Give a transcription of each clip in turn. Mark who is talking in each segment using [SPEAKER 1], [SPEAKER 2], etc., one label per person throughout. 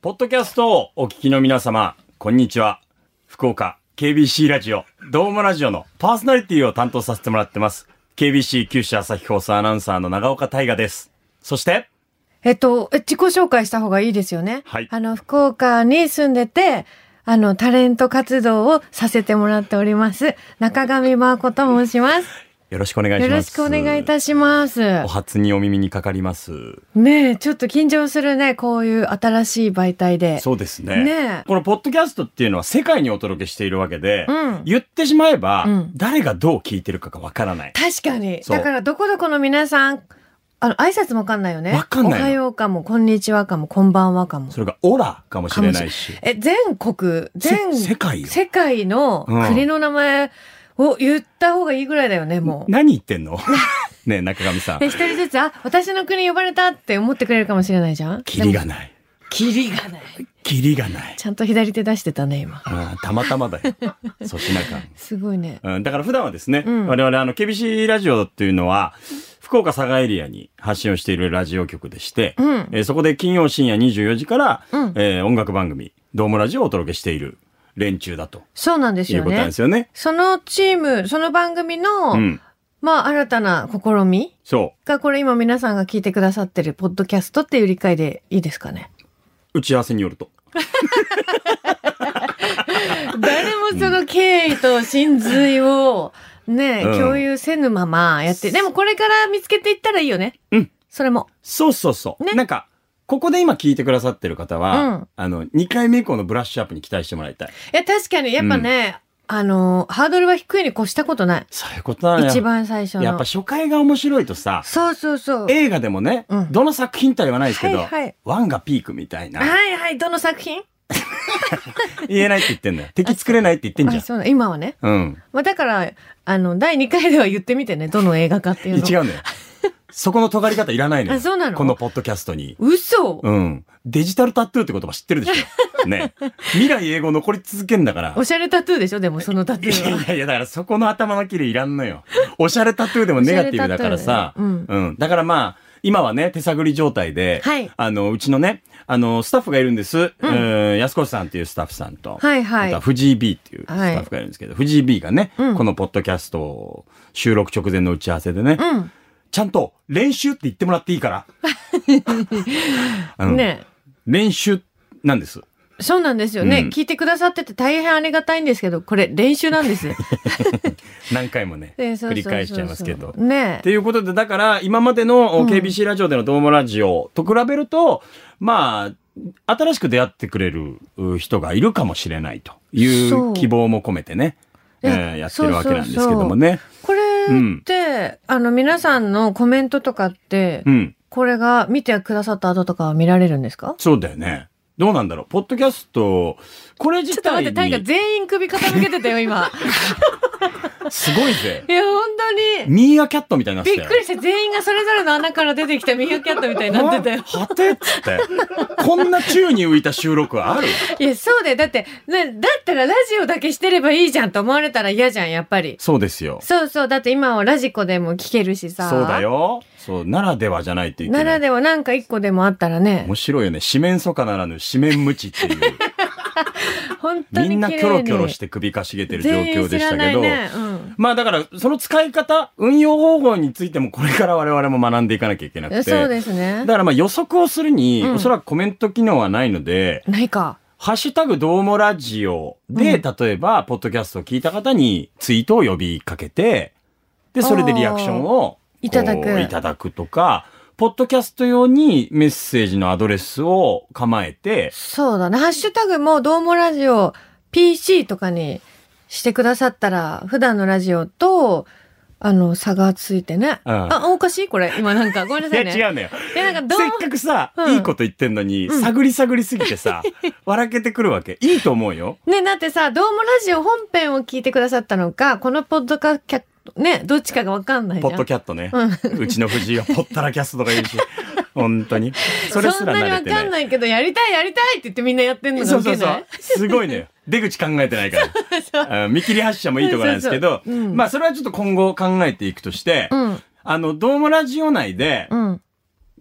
[SPEAKER 1] ポッドキャストをお聞きの皆様、こんにちは。福岡 KBC ラジオ、ドームラジオのパーソナリティを担当させてもらってます。KBC 九州朝日放送アナウンサーの長岡大河です。そして、
[SPEAKER 2] えっと、え自己紹介した方がいいですよね。
[SPEAKER 1] はい
[SPEAKER 2] あの、福岡に住んでて、あの、タレント活動をさせてもらっております。中上真子と申します。
[SPEAKER 1] よろしくお願いし
[SPEAKER 2] よ
[SPEAKER 1] ま
[SPEAKER 2] ろ
[SPEAKER 1] す
[SPEAKER 2] し。くお願いいたします。
[SPEAKER 1] お初にお耳にかかります。
[SPEAKER 2] ねえ、ちょっと緊張するね、こういう新しい媒体で。
[SPEAKER 1] そうですね。
[SPEAKER 2] ねえ
[SPEAKER 1] このポッドキャストっていうのは世界にお届けしているわけで、
[SPEAKER 2] うん
[SPEAKER 1] 言ってしまえば、
[SPEAKER 2] うん
[SPEAKER 1] 誰がどう聞いてるかがわからない。
[SPEAKER 2] 確かに。
[SPEAKER 1] そう
[SPEAKER 2] だから、どこどこの皆さん、あの、挨拶もわかんないよね。
[SPEAKER 1] わかんないの
[SPEAKER 2] おはようかも、こんにちはかも、こんばんはかも。
[SPEAKER 1] それがオラかもしれないし。
[SPEAKER 2] え、全国、全、
[SPEAKER 1] せ世界よ
[SPEAKER 2] 世界の国の名前を言った方がいいぐらいだよね、もう。
[SPEAKER 1] 何言ってんの ねえ、中上さん
[SPEAKER 2] で、。一人ずつ、あ、私の国呼ばれたって思ってくれるかもしれないじゃん
[SPEAKER 1] キリ
[SPEAKER 2] でも
[SPEAKER 1] がない。
[SPEAKER 2] キリがない。
[SPEAKER 1] キリがない。
[SPEAKER 2] ちゃんと左手出してたね、今。
[SPEAKER 1] うんたまたまだ よ。粗品感。
[SPEAKER 2] すごいね。
[SPEAKER 1] うん、だから普段はですね、
[SPEAKER 2] うん
[SPEAKER 1] 我々あの、KBC ラジオっていうのは、福岡佐賀エリアに発信をしているラジオ局でして、
[SPEAKER 2] うん
[SPEAKER 1] えーそこで金曜深夜24時から、
[SPEAKER 2] うん
[SPEAKER 1] えー音楽番組、ドームラジオをお届けしている連中だと
[SPEAKER 2] そうなんです
[SPEAKER 1] いう
[SPEAKER 2] よ
[SPEAKER 1] ことなん
[SPEAKER 2] ね
[SPEAKER 1] で。すよね。
[SPEAKER 2] そのチーム、その番組の、
[SPEAKER 1] うん。
[SPEAKER 2] まあ、新たな試み
[SPEAKER 1] そ
[SPEAKER 2] が、これ今皆さんが聞いてくださってる、ポッドキャストっていう理解でいいですかね。
[SPEAKER 1] う。打ち合わせによると。
[SPEAKER 2] 誰もその敬意と真髄をね、
[SPEAKER 1] うん
[SPEAKER 2] 共有せぬままやって、でもこれから見つけていったらいいよね。
[SPEAKER 1] うん。
[SPEAKER 2] それも。
[SPEAKER 1] そうそうそう。
[SPEAKER 2] ね
[SPEAKER 1] なんか、ここで今聞いてくださってる方は、
[SPEAKER 2] うん
[SPEAKER 1] あの、2回目以降のブラッシュアップに期待してもらいたい。
[SPEAKER 2] いや、確かに、やっぱね、あの、ハードルは低いに越したことない。
[SPEAKER 1] そういうことなのよ。
[SPEAKER 2] 一番最初の。
[SPEAKER 1] やっぱ初回が面白いとさ、
[SPEAKER 2] そうそうそう。
[SPEAKER 1] 映画でもね、
[SPEAKER 2] うん
[SPEAKER 1] どの作品とは言わないですけど、
[SPEAKER 2] はいはい
[SPEAKER 1] ワンがピークみたいな、
[SPEAKER 2] はいはい、どの作品
[SPEAKER 1] 言えないって言ってんの よ。敵作れないって言ってんじ
[SPEAKER 2] あ、
[SPEAKER 1] ゃ
[SPEAKER 2] そうだ、今はね。
[SPEAKER 1] ん。うん。
[SPEAKER 2] まあ、だから、あの、第2回では言ってみてね、どの映画かっていう
[SPEAKER 1] 違う
[SPEAKER 2] の。
[SPEAKER 1] のよ。そこの尖り方いらないのよ。
[SPEAKER 2] あそうなの
[SPEAKER 1] このポッドキャストに。
[SPEAKER 2] 嘘、
[SPEAKER 1] うん。デジタルタトゥーって言葉知ってるでしょ。 ね。未来英語残り続けんだから。
[SPEAKER 2] おしゃれタトゥーでしょでもそのタト
[SPEAKER 1] い
[SPEAKER 2] ゥーは。
[SPEAKER 1] やいや、だからそこの頭の切れいらんのよ。おしゃれタトゥーでもネガティブだからさ。
[SPEAKER 2] おしゃれタトゥー
[SPEAKER 1] うん。だからまあ、今はね、手探り状態で、
[SPEAKER 2] はい
[SPEAKER 1] あの、うちのね、あの、スタッフがいるんです。うんん、安越さんっていうスタッフさんと、
[SPEAKER 2] はいはい
[SPEAKER 1] あとは藤井 B っていうスタッフがいるんですけど、藤井 B がね、
[SPEAKER 2] うん
[SPEAKER 1] このポッドキャストを収録直前の打ち合わせでね、
[SPEAKER 2] うん。
[SPEAKER 1] ちゃんと練習って言ってもらっていい から。うん
[SPEAKER 2] ね
[SPEAKER 1] 練習なんです。
[SPEAKER 2] そうなんですよね、
[SPEAKER 1] うん
[SPEAKER 2] 聞いてくださってて大変ありがたいんですけど、これ練習な んです。
[SPEAKER 1] 何回もね、
[SPEAKER 2] でそうそうそうそう
[SPEAKER 1] 繰り返しちゃいますけど。
[SPEAKER 2] ね
[SPEAKER 1] ということで、だから、今までの
[SPEAKER 2] う
[SPEAKER 1] お
[SPEAKER 2] ん
[SPEAKER 1] KBC ラジオでのドームラジオと比べると、まあ、新しく出会ってくれるう人がいるかもしれないとい
[SPEAKER 2] そうう
[SPEAKER 1] 希望も込めてね、
[SPEAKER 2] い
[SPEAKER 1] え
[SPEAKER 2] や
[SPEAKER 1] ーやってるわけなんですけどもね。
[SPEAKER 2] これって、あの皆さんのコメントとかって、
[SPEAKER 1] うん。
[SPEAKER 2] これが見てくださった後とかは見られるんですか
[SPEAKER 1] そうだよね。どうなんだろう。ポッドキャスト、これ
[SPEAKER 2] ちょ
[SPEAKER 1] 自
[SPEAKER 2] っと待
[SPEAKER 1] 体
[SPEAKER 2] って、タイガ
[SPEAKER 1] に
[SPEAKER 2] 全員首傾けてたよ、 今。
[SPEAKER 1] すごいぜ
[SPEAKER 2] い。や、本当に。
[SPEAKER 1] ミーアキャットみたいになって
[SPEAKER 2] び
[SPEAKER 1] た
[SPEAKER 2] っ
[SPEAKER 1] よ
[SPEAKER 2] くりして、全員がそれぞれの穴から出てきたミーアキャットみたいになってたよ。
[SPEAKER 1] はてっつって。こんな宙に浮いた収録ある
[SPEAKER 2] いや、そうだよ。だって、なだったらラジオだけしてればいいじゃんと思われたら嫌じゃん、やっぱり。
[SPEAKER 1] そうですよ。
[SPEAKER 2] そうそう。だって今はラジコでも聞けるしさ。
[SPEAKER 1] そうだ。よ。そう、ならではじゃないといけない。
[SPEAKER 2] ならではなんか一個でもあったらね
[SPEAKER 1] 面。白いよね。四面楚歌ならぬ四面無知っ ていう。
[SPEAKER 2] 本当に
[SPEAKER 1] みんなキョロキョロしてて首かしげてる状況でしたけど。
[SPEAKER 2] ねうん
[SPEAKER 1] まあだから、その使い方、運用方法についてもこれから我々も学んでいかなきゃいけなくて。
[SPEAKER 2] そうですね
[SPEAKER 1] だ。からまあ予測をするに、
[SPEAKER 2] うん
[SPEAKER 1] おそらくコメント機能はないので、
[SPEAKER 2] ないか。
[SPEAKER 1] ハッシュタグどうもラジオで、
[SPEAKER 2] うん
[SPEAKER 1] 例えば、ポッドキャストを聞いた方にツイートを呼びかけて、で、それでリアクションを
[SPEAKER 2] いただく
[SPEAKER 1] こういただくとか、ポッドキャスト用にメッセージのアドレスを構えて、
[SPEAKER 2] そうだね。ハッシュタグも、どうもラジオ PC とかにしてくださったら、普段のラジオと、あの、差がついてね。
[SPEAKER 1] うん
[SPEAKER 2] あ、おかしいこれ。今なんか、ごめんないさ
[SPEAKER 1] や
[SPEAKER 2] いね。
[SPEAKER 1] 違うのよ。
[SPEAKER 2] いやなんかどう
[SPEAKER 1] せっ
[SPEAKER 2] も、
[SPEAKER 1] かくさ、
[SPEAKER 2] うん
[SPEAKER 1] いいこと言ってんのに、
[SPEAKER 2] うん
[SPEAKER 1] 探り探りすぎて さ、笑けてくるわけ。いいと思うよ。
[SPEAKER 2] ね、だってさ、どうもラジオ本編を聞いてくださったのか、このポッドカキャ、ね、どっちかがわかんないじ
[SPEAKER 1] ポ
[SPEAKER 2] ゃん。
[SPEAKER 1] ッドキャットね。
[SPEAKER 2] うん
[SPEAKER 1] うちの藤井はポッタラキャストとか言うし、本当に。それすら
[SPEAKER 2] ん
[SPEAKER 1] 慣
[SPEAKER 2] なに
[SPEAKER 1] れ
[SPEAKER 2] わ
[SPEAKER 1] て
[SPEAKER 2] か
[SPEAKER 1] ない
[SPEAKER 2] ん。ないけど、やりたいやりたいって言ってみんなやってんのが
[SPEAKER 1] そう
[SPEAKER 2] ウ
[SPEAKER 1] そう
[SPEAKER 2] ケ
[SPEAKER 1] そ
[SPEAKER 2] な
[SPEAKER 1] う
[SPEAKER 2] い。
[SPEAKER 1] すごいね。出口考えてないから。うん見切り発車もいいところなんですけど、
[SPEAKER 2] そうそううん
[SPEAKER 1] まあそれはちょっと今後考えていくとして、
[SPEAKER 2] うん。
[SPEAKER 1] あの、ドームラジオ内で、
[SPEAKER 2] うん。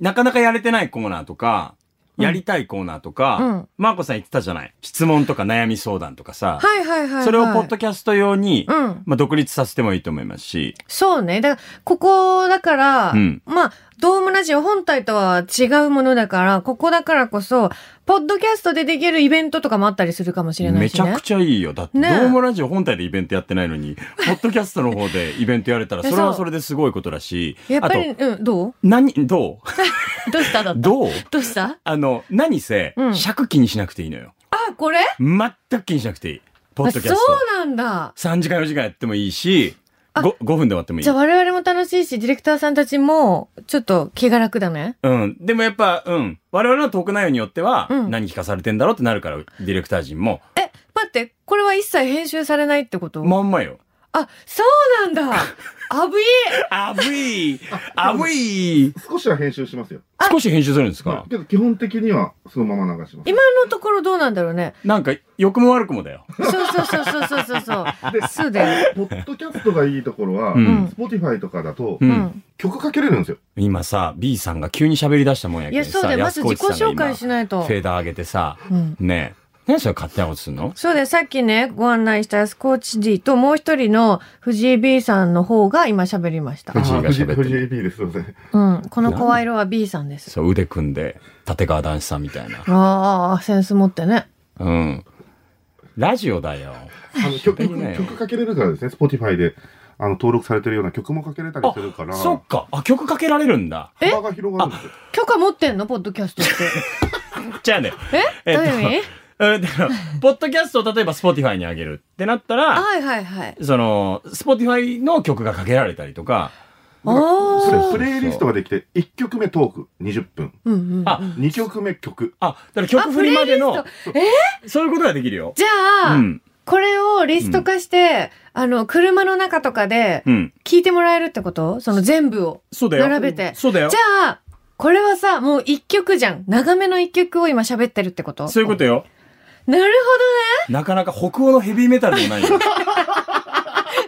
[SPEAKER 1] なかなかやれてないコーナーとか、やりたいコーナーとか、
[SPEAKER 2] うん
[SPEAKER 1] マーコさん言ってたじゃない質問とか悩み相談とかさ、
[SPEAKER 2] はいはいはい、はい。
[SPEAKER 1] それをポッドキャスト用に、
[SPEAKER 2] うん。
[SPEAKER 1] まあ、独立させてもいいと思いますし、
[SPEAKER 2] そうね。だから、ここだから、
[SPEAKER 1] うん
[SPEAKER 2] まあ、ドームラジオ本体とは違うものだから、ここだからこそ、ポッドキャストでできるイベントとかもあったりするかもしれない
[SPEAKER 1] め
[SPEAKER 2] し
[SPEAKER 1] ち
[SPEAKER 2] ね。
[SPEAKER 1] ゃくちゃいいよ。だって、ド
[SPEAKER 2] ねえ
[SPEAKER 1] ームラジオ本体でイベントやってないのに、ポッドキャストの方でイベントやれたら、
[SPEAKER 2] いや
[SPEAKER 1] それは
[SPEAKER 2] そう
[SPEAKER 1] それですごいことだし、
[SPEAKER 2] やっ
[SPEAKER 1] あ
[SPEAKER 2] ぱ
[SPEAKER 1] と、
[SPEAKER 2] り、うん、どう
[SPEAKER 1] 何、ど
[SPEAKER 2] どうしただっ
[SPEAKER 1] う
[SPEAKER 2] た
[SPEAKER 1] どう
[SPEAKER 2] どうした
[SPEAKER 1] あの、何せ
[SPEAKER 2] う、ん
[SPEAKER 1] 尺気にしなくていいのよ。
[SPEAKER 2] あ、これ
[SPEAKER 1] 全く気にしなくていい。ポッドキャス
[SPEAKER 2] あ
[SPEAKER 1] ト。
[SPEAKER 2] そうなんだ。
[SPEAKER 1] 3時間4時間やってもいいし、
[SPEAKER 2] あ
[SPEAKER 1] 5, 5分で終わってもいい
[SPEAKER 2] じゃあ。我々も楽しいし、ディレクターさんたちも、ちょっと気が楽だね。
[SPEAKER 1] うん。でもやっぱ、うん。我々のトーク内容によっては、
[SPEAKER 2] うん
[SPEAKER 1] 何聞かされてんだろうってなるから、ディレクター陣も。
[SPEAKER 2] 待って、これは一切編集されないってこと、
[SPEAKER 1] まんまよ。
[SPEAKER 2] あ、そう なんだ。あぶい
[SPEAKER 1] あぶいあぶい
[SPEAKER 3] 少しは編集しますよ。
[SPEAKER 1] 少し編集するんですか
[SPEAKER 3] けど基本的にはそのまま流します。
[SPEAKER 2] 今のところどうなんだろうね。
[SPEAKER 1] なんか、良くも悪くもだよ。
[SPEAKER 2] そうそうそうそうそうそうそう。
[SPEAKER 3] で、
[SPEAKER 2] そうだよ。
[SPEAKER 3] ポッドキャストがいいところは、
[SPEAKER 1] うん
[SPEAKER 3] Spotify とかだ
[SPEAKER 1] う、。
[SPEAKER 3] と
[SPEAKER 2] うんん。
[SPEAKER 3] 曲かけれるんですよ。
[SPEAKER 1] 今さ、B さんが急に喋り出したもんや
[SPEAKER 2] い
[SPEAKER 1] けど
[SPEAKER 2] や、
[SPEAKER 1] さ、
[SPEAKER 2] そうだよ。まず
[SPEAKER 1] 安子
[SPEAKER 2] 自己
[SPEAKER 1] 内さんが
[SPEAKER 2] 紹
[SPEAKER 1] 今
[SPEAKER 2] 介しないと
[SPEAKER 1] フ。ェーダー上げてさ、
[SPEAKER 2] うん。
[SPEAKER 1] ねえ。何それ勝手なことすんの
[SPEAKER 2] そうだよ。さっきね、ご案内した安コーチ D ともう一人の藤井 B さんの方が今喋りました
[SPEAKER 1] 藤。井が喋ってる
[SPEAKER 3] あ藤井 B です。すいません。
[SPEAKER 2] うん。この声色は B さんです。
[SPEAKER 1] そう、腕組んで、立川談志さんみたいな。
[SPEAKER 2] ああ、センス持ってね。
[SPEAKER 1] うん。ラジオだよ。
[SPEAKER 3] あの曲
[SPEAKER 1] 喋れないよ
[SPEAKER 3] 曲かけれるからですね、Spotify であの登録されてるような曲もかけれたりするから、
[SPEAKER 1] そっか。あ、曲かけられるんだ。
[SPEAKER 2] え
[SPEAKER 3] 幅が広がるんですよ。
[SPEAKER 2] 許可持ってんのポッドキャストって。
[SPEAKER 1] じゃあね。
[SPEAKER 2] え
[SPEAKER 1] えっ
[SPEAKER 2] ど
[SPEAKER 1] と
[SPEAKER 2] ういう意味
[SPEAKER 1] うんだから、ポッドキャストを例えば Spotify に上げるってなったら、
[SPEAKER 2] はいはいはい。
[SPEAKER 1] その、Spotify の曲がかけられたりとか、
[SPEAKER 2] お
[SPEAKER 1] そう
[SPEAKER 3] それ
[SPEAKER 1] そ
[SPEAKER 3] プ
[SPEAKER 1] う
[SPEAKER 2] ー。
[SPEAKER 3] レイリストができて、1曲目トーク20分、
[SPEAKER 2] うんうんうん。
[SPEAKER 1] あ
[SPEAKER 3] 2曲目曲。
[SPEAKER 1] あ、だから曲振りまでの
[SPEAKER 2] あプ、
[SPEAKER 1] そういうことができるよ。
[SPEAKER 2] じゃあ、
[SPEAKER 1] うん。
[SPEAKER 2] これをリスト化して、あの、車の中とかで
[SPEAKER 1] うん。
[SPEAKER 2] 聞いてもらえるってことその全部を。
[SPEAKER 1] そうだよ。
[SPEAKER 2] 並べて
[SPEAKER 1] そうだよ
[SPEAKER 2] じ。ゃあ、これはさ、もう一曲じゃん。長めの一曲を今喋ってるってこと
[SPEAKER 1] そういうことよ。
[SPEAKER 2] なる
[SPEAKER 1] なかなか北欧のヘビーメタルでもない よ。
[SPEAKER 2] ほどね。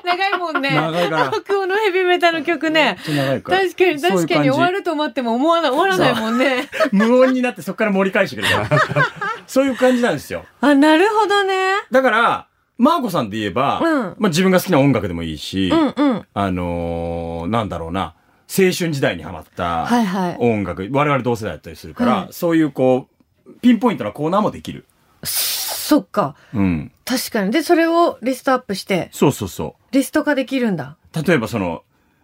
[SPEAKER 2] 長いもんね。
[SPEAKER 1] 長いから
[SPEAKER 2] 北欧のヘビメタの曲ね。
[SPEAKER 1] ちょっと長いから。
[SPEAKER 2] 確かに
[SPEAKER 1] そういう
[SPEAKER 2] 確
[SPEAKER 1] 感
[SPEAKER 2] か
[SPEAKER 1] じ
[SPEAKER 2] に終わると思っても思わない、終わらないもんね。
[SPEAKER 1] 無音になってそこから盛り返してくれるから。 そういう感じなんですよ。
[SPEAKER 2] あ、なるほどね。
[SPEAKER 1] だから、マーコさんで言えば、
[SPEAKER 2] うん
[SPEAKER 1] まあ自分が好きな音楽でもいいし、
[SPEAKER 2] うんうん。
[SPEAKER 1] あのーなんだろうな、青春時代にハマった
[SPEAKER 2] はいはい。
[SPEAKER 1] 音楽、我々同世代だったりするから、
[SPEAKER 2] はい
[SPEAKER 1] そういうこう、ピンポイントなコーナーもできる。
[SPEAKER 2] そっか。
[SPEAKER 1] うん。
[SPEAKER 2] 確かに。で、それをリストアップして、
[SPEAKER 1] そうそうそ
[SPEAKER 2] リスト化できるんだ。
[SPEAKER 1] う。例えばその、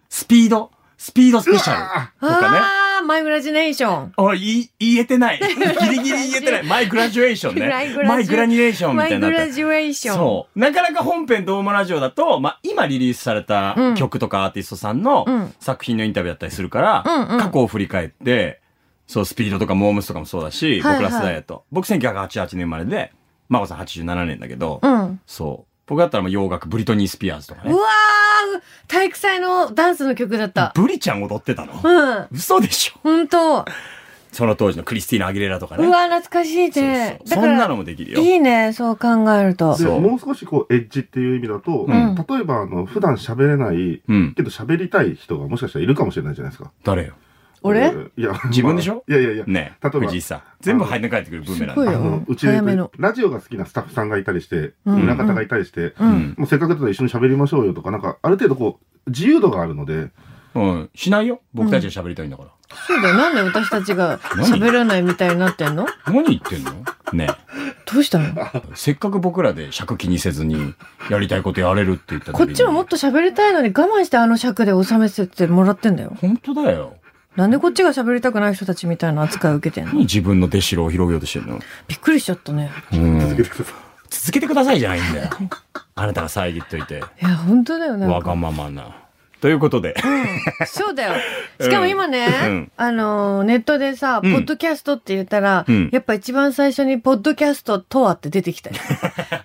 [SPEAKER 1] スピード、スピードスペシャルとかね。
[SPEAKER 2] ああ、マイグラジネーション。
[SPEAKER 1] あ、い、言えてない。 ギリギリ言えてない。マイグラジュエーションね。
[SPEAKER 2] マイグラジュ
[SPEAKER 1] マイグラニュエーションみ
[SPEAKER 2] マ
[SPEAKER 1] たい
[SPEAKER 2] イ
[SPEAKER 1] にな
[SPEAKER 2] グ
[SPEAKER 1] って
[SPEAKER 2] ラジュエーション。
[SPEAKER 1] そう。なかなか本編ドームラジオだと、まあ、今リリースされた
[SPEAKER 2] うん
[SPEAKER 1] 曲とかアーティストさんの
[SPEAKER 2] うん
[SPEAKER 1] 作品のインタビューだったりするから、
[SPEAKER 2] うんうん
[SPEAKER 1] 過去を振り返って、そう、スピードとかモームスとかもそうだし、
[SPEAKER 2] はいはい
[SPEAKER 1] 僕ら世代だと。僕1988年生まれで、マコさん87年だけど、
[SPEAKER 2] うん。
[SPEAKER 1] そう。僕だったらまあ洋楽、ブリトニー・スピアーズとか
[SPEAKER 2] う
[SPEAKER 1] ね。
[SPEAKER 2] わー体育祭のダンスの曲だった。
[SPEAKER 1] ブリちゃん踊ってたの
[SPEAKER 2] うん。
[SPEAKER 1] 嘘でしょ
[SPEAKER 2] ほんと。
[SPEAKER 1] その当時のクリスティーナ・アギレラとかね。
[SPEAKER 2] うわー懐かしいね。
[SPEAKER 1] そうそうそんなのもできるよ。
[SPEAKER 2] いいね、そう考えると
[SPEAKER 1] そ。
[SPEAKER 3] で、
[SPEAKER 1] う
[SPEAKER 3] もう少しこう、エッジっていう意味だと、
[SPEAKER 2] ん
[SPEAKER 3] 例えば、あの、普段喋れない、
[SPEAKER 1] うん。
[SPEAKER 3] けど喋りたい人がもしかしたらいるかもしれないじゃないですか。
[SPEAKER 1] 誰よ。
[SPEAKER 3] え
[SPEAKER 2] 俺
[SPEAKER 3] ーいや、
[SPEAKER 1] 自分でしょ
[SPEAKER 3] まあいやいやいや。
[SPEAKER 1] ねえ。
[SPEAKER 3] 例えば
[SPEAKER 1] 藤井さん。全部入って帰ってくるブーメランだ
[SPEAKER 2] すごい
[SPEAKER 3] あ
[SPEAKER 2] よ
[SPEAKER 3] の、うちで
[SPEAKER 2] 早めの
[SPEAKER 3] ラジオが好きなスタッフさんがいたりして、
[SPEAKER 2] うん
[SPEAKER 3] 裏方がいたりして、
[SPEAKER 2] う。
[SPEAKER 1] うんん。
[SPEAKER 3] もうせっかくだったら一緒に喋りましょうよとか、なんか、ある程度こう、自由度があるので、
[SPEAKER 1] うん。しないよ。僕たちが喋りたいんだから。
[SPEAKER 2] そうだよ。なんで私たちが喋らないみたいになってんの
[SPEAKER 1] 何言ってんのね
[SPEAKER 2] どうしたの
[SPEAKER 1] えせっかく僕らで尺気にせずにやりたいことやれるって言った時
[SPEAKER 2] こ
[SPEAKER 1] に
[SPEAKER 2] っちはもっと喋りたいのに我慢してあの尺で収めせてもらってんだよ。
[SPEAKER 1] 本当だよ
[SPEAKER 2] なんでこっちが喋りたくない人たちみたいな扱いを受けてんの
[SPEAKER 1] 何自分の出城を広げようとしてんの
[SPEAKER 2] びっくりしちゃったね。
[SPEAKER 1] うん
[SPEAKER 3] 続けてください。
[SPEAKER 1] 続けてくださいじゃないん だよあなたが遮っといて
[SPEAKER 2] いや、本当だよね。
[SPEAKER 1] わがままなということで
[SPEAKER 2] そうだよ。しかも今ね、
[SPEAKER 1] うん
[SPEAKER 2] あのー、ネットでさ、
[SPEAKER 1] うん
[SPEAKER 2] ポッドキャストって言ったら、
[SPEAKER 1] うん
[SPEAKER 2] やっぱ一番最初にポッドキャストとはって出てき たよ。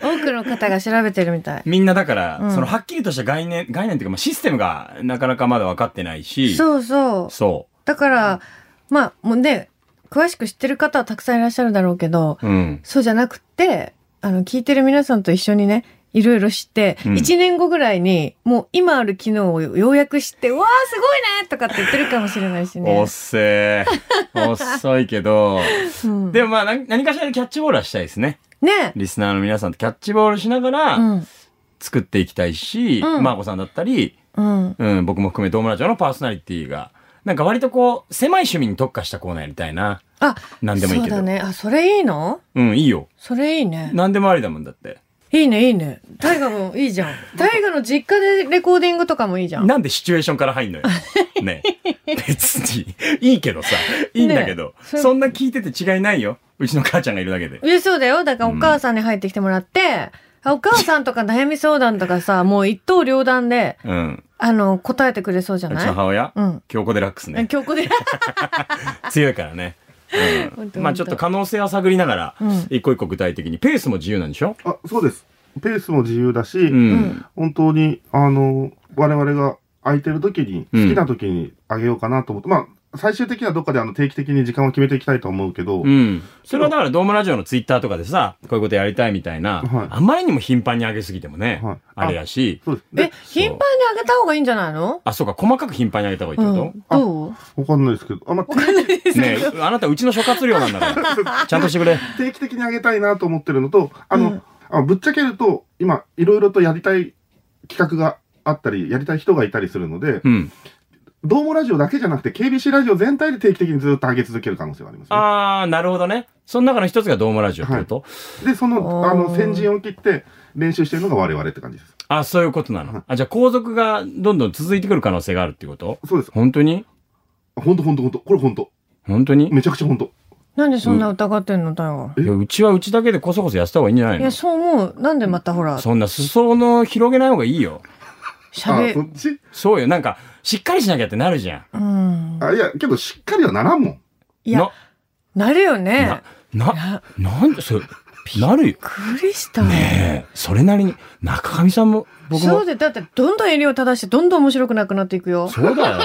[SPEAKER 2] 多くの方が調べてるみたい。
[SPEAKER 1] みんなだから、
[SPEAKER 2] うん
[SPEAKER 1] そのはっきりとした概念概念っていうか、まあ、システムがなかなかまだ分かってないしう
[SPEAKER 2] そうそう。
[SPEAKER 1] そ
[SPEAKER 2] だから、まあ、もうね、詳しく知ってる方はたくさんいらっしゃるだろうけど、
[SPEAKER 1] ううん
[SPEAKER 2] そうじゃなくて、あの、聞いてる皆さんと一緒にね、いろいろ知って、
[SPEAKER 1] うん
[SPEAKER 2] 1年後ぐらいに、もう今ある機能をようやく知って、わあ、すごいねとかって言ってるかもしれないし
[SPEAKER 1] お
[SPEAKER 2] ね
[SPEAKER 1] っ。せー。遅いけど。
[SPEAKER 2] うん
[SPEAKER 1] でもまあ、何何かしらのキャッチボールはしたいですね。
[SPEAKER 2] ね
[SPEAKER 1] リスナーの皆さんとキャッチボールしなが
[SPEAKER 2] う
[SPEAKER 1] ら
[SPEAKER 2] ん。
[SPEAKER 1] 作っていきたいし、
[SPEAKER 2] うん
[SPEAKER 1] マーコさんだったり、
[SPEAKER 2] うん。
[SPEAKER 1] うん、僕も含めドームラジオのパーソナリティが、なんか割とこう、狭い趣味に特化したコーナーやりたいな。
[SPEAKER 2] あ、
[SPEAKER 1] 何でもいいけど。
[SPEAKER 2] そうだね。あ、それいいの
[SPEAKER 1] うん、いいよ。
[SPEAKER 2] それいいね。
[SPEAKER 1] 何でもありだもんだって。
[SPEAKER 2] いいね、いいね。大河もいい じゃん。大河の実家でレコーディングとかもいいじゃん。
[SPEAKER 1] なんでシチュエーションから入んのよ。ねえ別に、いいけどさ、いいんだけど、
[SPEAKER 2] ねえそれ
[SPEAKER 1] そんな聞いてて違いないよ。うちの母ちゃんがいるだけで。
[SPEAKER 2] いや、そうだよ。だからお母さんに入ってきてもらって、あお母さんとか悩み相談とか さ、もう一刀両断で、
[SPEAKER 1] うん。
[SPEAKER 2] あの、答えてくれそうじゃ
[SPEAKER 1] うちの
[SPEAKER 2] ない
[SPEAKER 1] 母親、
[SPEAKER 2] うん。
[SPEAKER 1] 強子デラックスね。
[SPEAKER 2] 強固で。
[SPEAKER 1] 強いからね。
[SPEAKER 2] ほんとほん
[SPEAKER 1] う
[SPEAKER 2] と
[SPEAKER 1] ん、まあちょっと可能性は探りながら
[SPEAKER 2] うん、
[SPEAKER 1] 一個一個具体的に。ペースも自由なんでしょ
[SPEAKER 3] あ、そうです。ペースも自由だし、
[SPEAKER 1] うん。
[SPEAKER 2] うん
[SPEAKER 3] 本当に、あの、我々が空いてる時に、
[SPEAKER 1] うん
[SPEAKER 3] 好きな時にあげようかなと思って、まあ、最終的にはどっかであの定期的に時間を決めていきたいと思うけど、
[SPEAKER 1] うん。それはだから、ドームラジオのツイッターとかでさ、こういうことやりたいみたいな、
[SPEAKER 3] はい
[SPEAKER 1] あまりにも頻繁に上げすぎてもね、
[SPEAKER 3] はい
[SPEAKER 1] あれやし、
[SPEAKER 3] そうです。
[SPEAKER 2] え
[SPEAKER 3] で、、
[SPEAKER 2] 頻繁にあげた方がいいんじゃないの
[SPEAKER 1] あ、そうか、細かく頻繁に上げた方がいいってこ
[SPEAKER 2] うんどう
[SPEAKER 3] わかんないですけど、あ、まあ、定期
[SPEAKER 1] と、ねえあなたうちの諸活量なんだから、ちゃんとしてくれ。
[SPEAKER 3] 定期的にあげたいなと思ってるのと、あの、
[SPEAKER 2] うん
[SPEAKER 3] あぶっちゃけると、今、いろいろとやりたい企画があったり、やりたい人がいたりするので、
[SPEAKER 1] うん。
[SPEAKER 3] どうもラジオだけじゃなくて、KBC ラジオ全体で定期的にずっと上げ続ける可能性はあります、ね。
[SPEAKER 1] あー、なるほどね。その中の一つがドームラジオってこと、
[SPEAKER 3] で、その、
[SPEAKER 2] あー
[SPEAKER 3] あの、先陣を切って練習してるのが我々って感じです。
[SPEAKER 1] あ、そういうことなの。あ、じゃあ後続がどんどん続いてくる可能性があるってこと
[SPEAKER 3] そうです。
[SPEAKER 1] 本当に
[SPEAKER 3] ほんとほんとほんと。これほんと。
[SPEAKER 1] 本当に
[SPEAKER 3] めちゃくちゃほんと。
[SPEAKER 2] なんでそんな疑ってんの、大河。
[SPEAKER 3] え
[SPEAKER 1] いや、うちはうちだけでこそこそ痩せた方がいいんじゃない
[SPEAKER 2] い
[SPEAKER 1] の
[SPEAKER 2] や、そう思う。なんでまたほら、
[SPEAKER 1] そんな裾の広げない方がいいよ。
[SPEAKER 3] あ、
[SPEAKER 2] 喋
[SPEAKER 3] そ
[SPEAKER 2] る。
[SPEAKER 3] っち
[SPEAKER 1] そうよ。なんか、しっかりしなきゃってなるじゃん。
[SPEAKER 2] うん。
[SPEAKER 3] あ、いや、けどしっかりはならんもん。
[SPEAKER 2] いや、なるよね。
[SPEAKER 1] な、な、
[SPEAKER 2] いや
[SPEAKER 1] なんで、それ、なるよ。
[SPEAKER 2] びっくりした。
[SPEAKER 1] ねえ、それなりに、中上さんも、僕
[SPEAKER 2] そ
[SPEAKER 1] も
[SPEAKER 2] う、で、だってどんどん襟を正して、どんどん面白くなくなっていくよ。
[SPEAKER 1] そうだよ。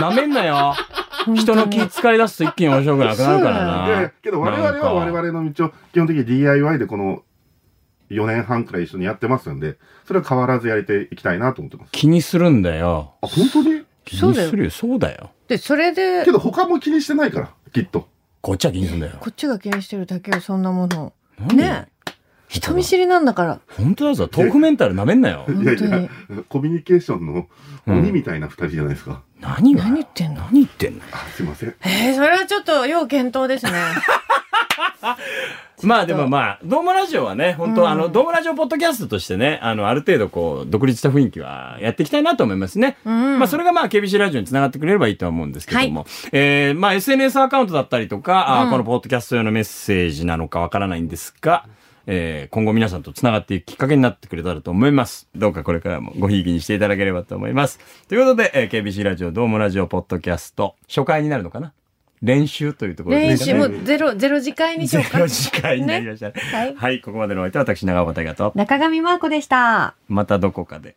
[SPEAKER 1] なめんなよ。
[SPEAKER 2] 本当 に
[SPEAKER 1] 人の気使い出すと一気に面白くなくなるから
[SPEAKER 3] いやいや
[SPEAKER 1] な。
[SPEAKER 3] けど我々は我々の道を基本的に DIY でこの4年半くらい一緒にやってますんで、それは変わらずやれていきたいなと思ってます。
[SPEAKER 1] 気にするんだよ。
[SPEAKER 3] あ、本当に
[SPEAKER 1] 気にするよ。そうだよ。
[SPEAKER 2] で、それで
[SPEAKER 3] け、ど他も気にしてないから、きっと。
[SPEAKER 1] こっちは気にするんだよ。
[SPEAKER 2] こっちが気にしてるだけよ、そんなもの。
[SPEAKER 1] 何
[SPEAKER 2] ね人見知りなんだから。
[SPEAKER 1] 本当だぞ。豆腐メンタルなめんなよ。
[SPEAKER 2] 本
[SPEAKER 3] いやい
[SPEAKER 2] 当に
[SPEAKER 3] や。、コミュニケーションの
[SPEAKER 1] う
[SPEAKER 3] 鬼
[SPEAKER 1] ん
[SPEAKER 3] みたいな二人じゃないですか。
[SPEAKER 1] 何が
[SPEAKER 2] 何言ってんの
[SPEAKER 1] 何言ってんの
[SPEAKER 3] あ、すいません。
[SPEAKER 2] えー、それはちょっと要検討ですね。
[SPEAKER 1] まあでもまあ、ドームラジオはね、本
[SPEAKER 2] うん
[SPEAKER 1] 当あの、ドームラジオポッドキャストとしてね、あの、ある程度こう、独立した雰囲気はやっていきたいなと思いますね。
[SPEAKER 2] うん。
[SPEAKER 1] まあそれがまあ KBC ラジオにつながってくれればいいとは思うんですけども、えーまあ SNS アカウントだったりとか、あー
[SPEAKER 2] うん
[SPEAKER 1] このポッドキャスト用のメッセージなのかわからないんですが、えー今後皆さんとつながっていくきっかけになってくれたらと思います。どうかこれからもごひいきにしていただければと思います。ということで、えー KBC ラジオどうもラジオポッドキャスト、初回になるのかな練習というところで
[SPEAKER 2] 練
[SPEAKER 1] すかね。
[SPEAKER 2] 習もうゼロ、ゼロ次回にしよう
[SPEAKER 1] ゼ
[SPEAKER 2] か
[SPEAKER 1] ロ。次 回になりましたね。
[SPEAKER 2] はい
[SPEAKER 1] はい、ここまでのお相手は私、長尾大和と、
[SPEAKER 2] 中上真亜子でした。
[SPEAKER 1] またどこかで。